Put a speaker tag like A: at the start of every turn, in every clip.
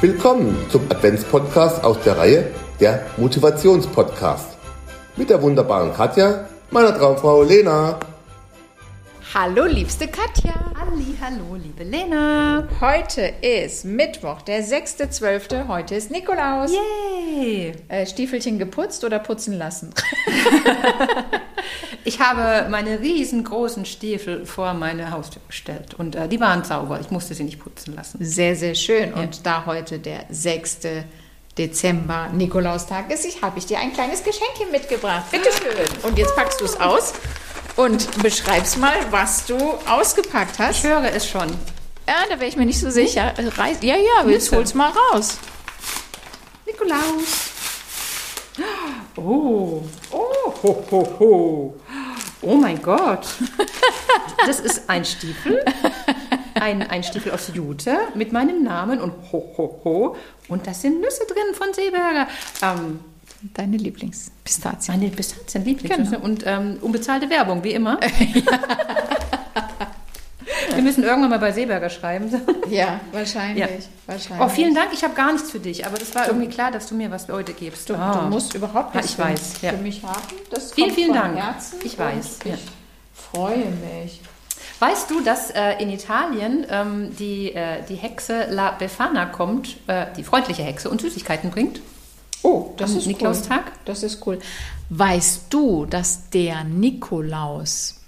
A: Willkommen zum Adventspodcast aus der Reihe der Motivationspodcast. Mit der wunderbaren Katja, meiner Traumfrau Lena.
B: Hallo, liebste Katja.
C: Halli, hallo, liebe Lena.
B: Heute ist Mittwoch, der 6.12. Heute ist Nikolaus.
C: Yay!
B: Äh, Stiefelchen geputzt oder putzen lassen?
C: Ich habe meine riesengroßen Stiefel vor meine Haustür gestellt und äh, die waren sauber. Ich musste sie nicht putzen lassen.
B: Sehr, sehr schön. Und da heute der 6. Dezember Nikolaustag ist, ich, habe ich dir ein kleines Geschenk hier mitgebracht. Bitte schön. Und jetzt packst du es aus und beschreibst mal, was du ausgepackt
C: Ich
B: hast.
C: höre es schon.
B: Ja, da wäre ich mir nicht so sicher. Reiß- Ja, ja, jetzt hol's mal raus.
C: Nikolaus. Oh, oh, ho, ho, ho. Oh mein Gott. Das ist ein Stiefel. Ein, ein Stiefel aus Jute mit meinem Namen und ho, ho, ho. Und da sind Nüsse drin von Seeberger. Ähm,
B: Deine Lieblingspistazien.
C: meine Pistazien, Lieblingsnüsse und ähm, unbezahlte Werbung, wie immer. Wir müssen irgendwann mal bei Seeberger schreiben.
B: Ja, wahrscheinlich.
C: Ja.
B: wahrscheinlich.
C: Oh, vielen Dank, ich habe gar nichts für dich, aber das war irgendwie klar, dass du mir was heute gibst.
B: Du,
C: Ah.
B: du musst überhaupt
C: Ja,
B: nichts
C: ich
B: für-
C: weiß, ja.
B: für mich haben. Das
C: Vielen,
B: kommt
C: vielen
B: von
C: Dank.
B: Herzen
C: Ich
B: und
C: weiß,
B: Ich
C: ja.
B: freue mich.
C: Weißt du, dass äh, in Italien ähm, die, äh, die Hexe La Befana kommt, äh, die freundliche Hexe, und Süßigkeiten bringt?
B: Oh, das
C: Am
B: ist
C: Nikolaustag?
B: Cool. Das ist cool. Weißt du, dass der Nikolaus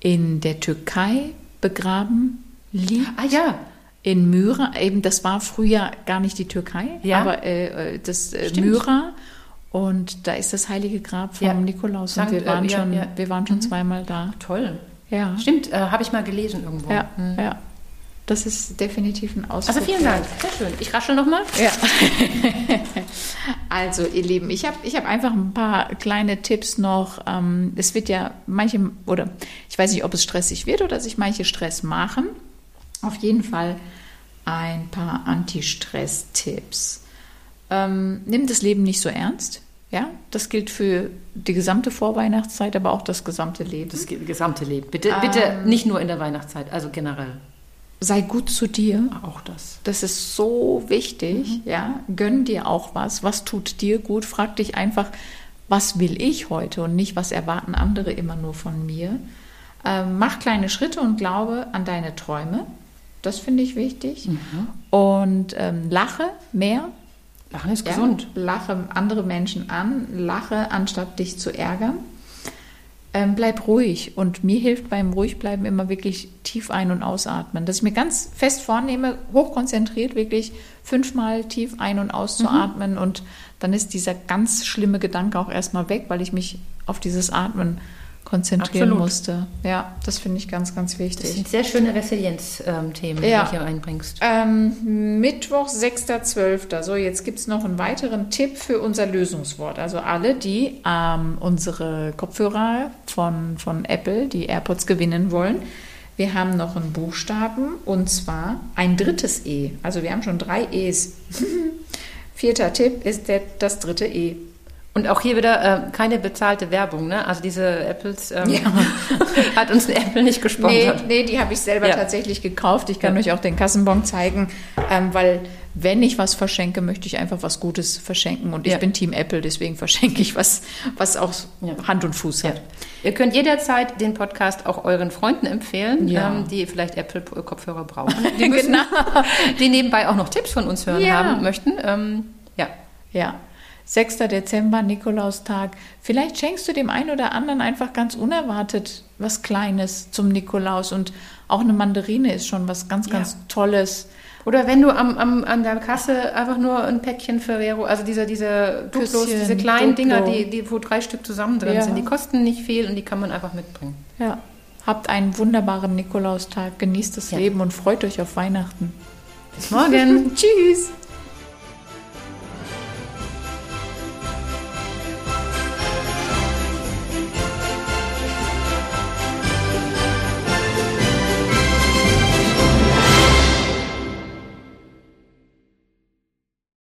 B: in der Türkei begraben liegt?
C: Ah ja,
B: In Myra, eben das war früher gar nicht die Türkei,
C: Ja.
B: aber äh, äh, das äh,
C: Stimmt.
B: Myra und da ist das heilige Grab vom
C: Ja.
B: Nikolaus und
C: Sankt-
B: wir waren
C: äh, ja,
B: schon,
C: ja.
B: wir waren schon zweimal da.
C: toll.
B: Ja.
C: Stimmt, äh, habe ich mal gelesen irgendwo.
B: Ja, ja. Das ist definitiv ein Ausflug.
C: Mhm. Also vielen Dank, sehr schön. Ich raschel nochmal.
B: Ja. also, ihr Lieben, ich habe ich hab einfach ein paar kleine Tipps noch. Ähm, es wird ja manche, oder ich weiß nicht, ob es stressig wird oder sich manche Stress machen. Auf jeden Fall ein paar Anti-Stress-Tipps. Ähm, nimm das Leben nicht so ernst. Ja, das gilt für die gesamte Vorweihnachtszeit, aber auch das gesamte Leben.
C: Das ge- gesamte Leben. Bitte, bitte nicht nur in der Weihnachtszeit, also generell.
B: Sei gut zu dir.
C: Auch das.
B: Das ist so wichtig, ja. Gönn dir auch was. Was tut dir gut? Frag dich einfach, was will ich heute und nicht, was erwarten andere immer nur von mir. Ähm, mach kleine Schritte und glaube an deine Träume. Das finde ich wichtig. Und ähm, lache mehr.
C: Lachen ist
B: ja.
C: gesund.
B: Lache andere Menschen an. Lache, anstatt dich zu ärgern. Ähm, bleib ruhig. Und mir hilft beim Ruhigbleiben immer wirklich tief ein- und ausatmen. Dass ich mir ganz fest vornehme, hochkonzentriert wirklich fünfmal tief ein- und
C: Mhm.
B: auszuatmen. Und dann ist dieser ganz schlimme Gedanke auch erstmal weg, weil ich mich auf dieses Atmen konzentrieren
C: Absolut.
B: musste. Ja, das finde ich ganz, ganz wichtig.
C: Das sind sehr schöne Resilienz-Themen,
B: Ja.
C: die du hier einbringst.
B: Ähm, Mittwoch, 6.12. So, jetzt gibt es noch einen weiteren Tipp für unser Lösungswort. Also alle, die ähm, unsere Kopfhörer von, von Apple, die AirPods gewinnen wollen. Wir haben noch einen Buchstaben und zwar ein drittes E. Also wir haben schon drei E's. Vierter Tipp ist der, das dritte E.
C: Und auch hier wieder äh, keine bezahlte Werbung, ne? Also diese Apples ähm, hat uns ein Apple nicht
B: Nee,
C: gesponsert.
B: nee, die habe ich selber
C: Ja.
B: tatsächlich gekauft. Ich kann
C: Ja.
B: euch auch den Kassenbon zeigen, ähm, weil wenn ich was verschenke, möchte ich einfach was Gutes verschenken. Und ich
C: Ja.
B: bin Team Apple, deswegen verschenke ich was, was auch
C: Ja.
B: Hand und Fuß
C: Ja.
B: hat.
C: Ihr könnt jederzeit den Podcast auch euren Freunden empfehlen,
B: Ja.
C: ähm, die vielleicht Apple-Kopfhörer brauchen. Die, müssen, die nebenbei auch noch Tipps von uns hören
B: Ja.
C: haben möchten. Ähm, ja.
B: Ja. 6. Dezember, Nikolaustag. Vielleicht schenkst du dem einen oder anderen einfach ganz unerwartet was Kleines zum Nikolaus. Und auch eine Mandarine ist schon was ganz, ganz
C: Ja.
B: Tolles.
C: Oder wenn du am, am, an der Kasse einfach nur ein Päckchen Ferrero, also diese, diese Duplos,
B: Küsschen,
C: diese kleinen
B: Duplo.
C: Dinger, die, die, wo drei Stück zusammen drin
B: Ja.
C: sind, die kosten nicht viel und die kann man einfach mitbringen.
B: Ja. Habt einen wunderbaren Nikolaustag, genießt das
C: Ja.
B: Leben und freut euch auf Weihnachten.
C: Bis morgen.
B: Tschüss.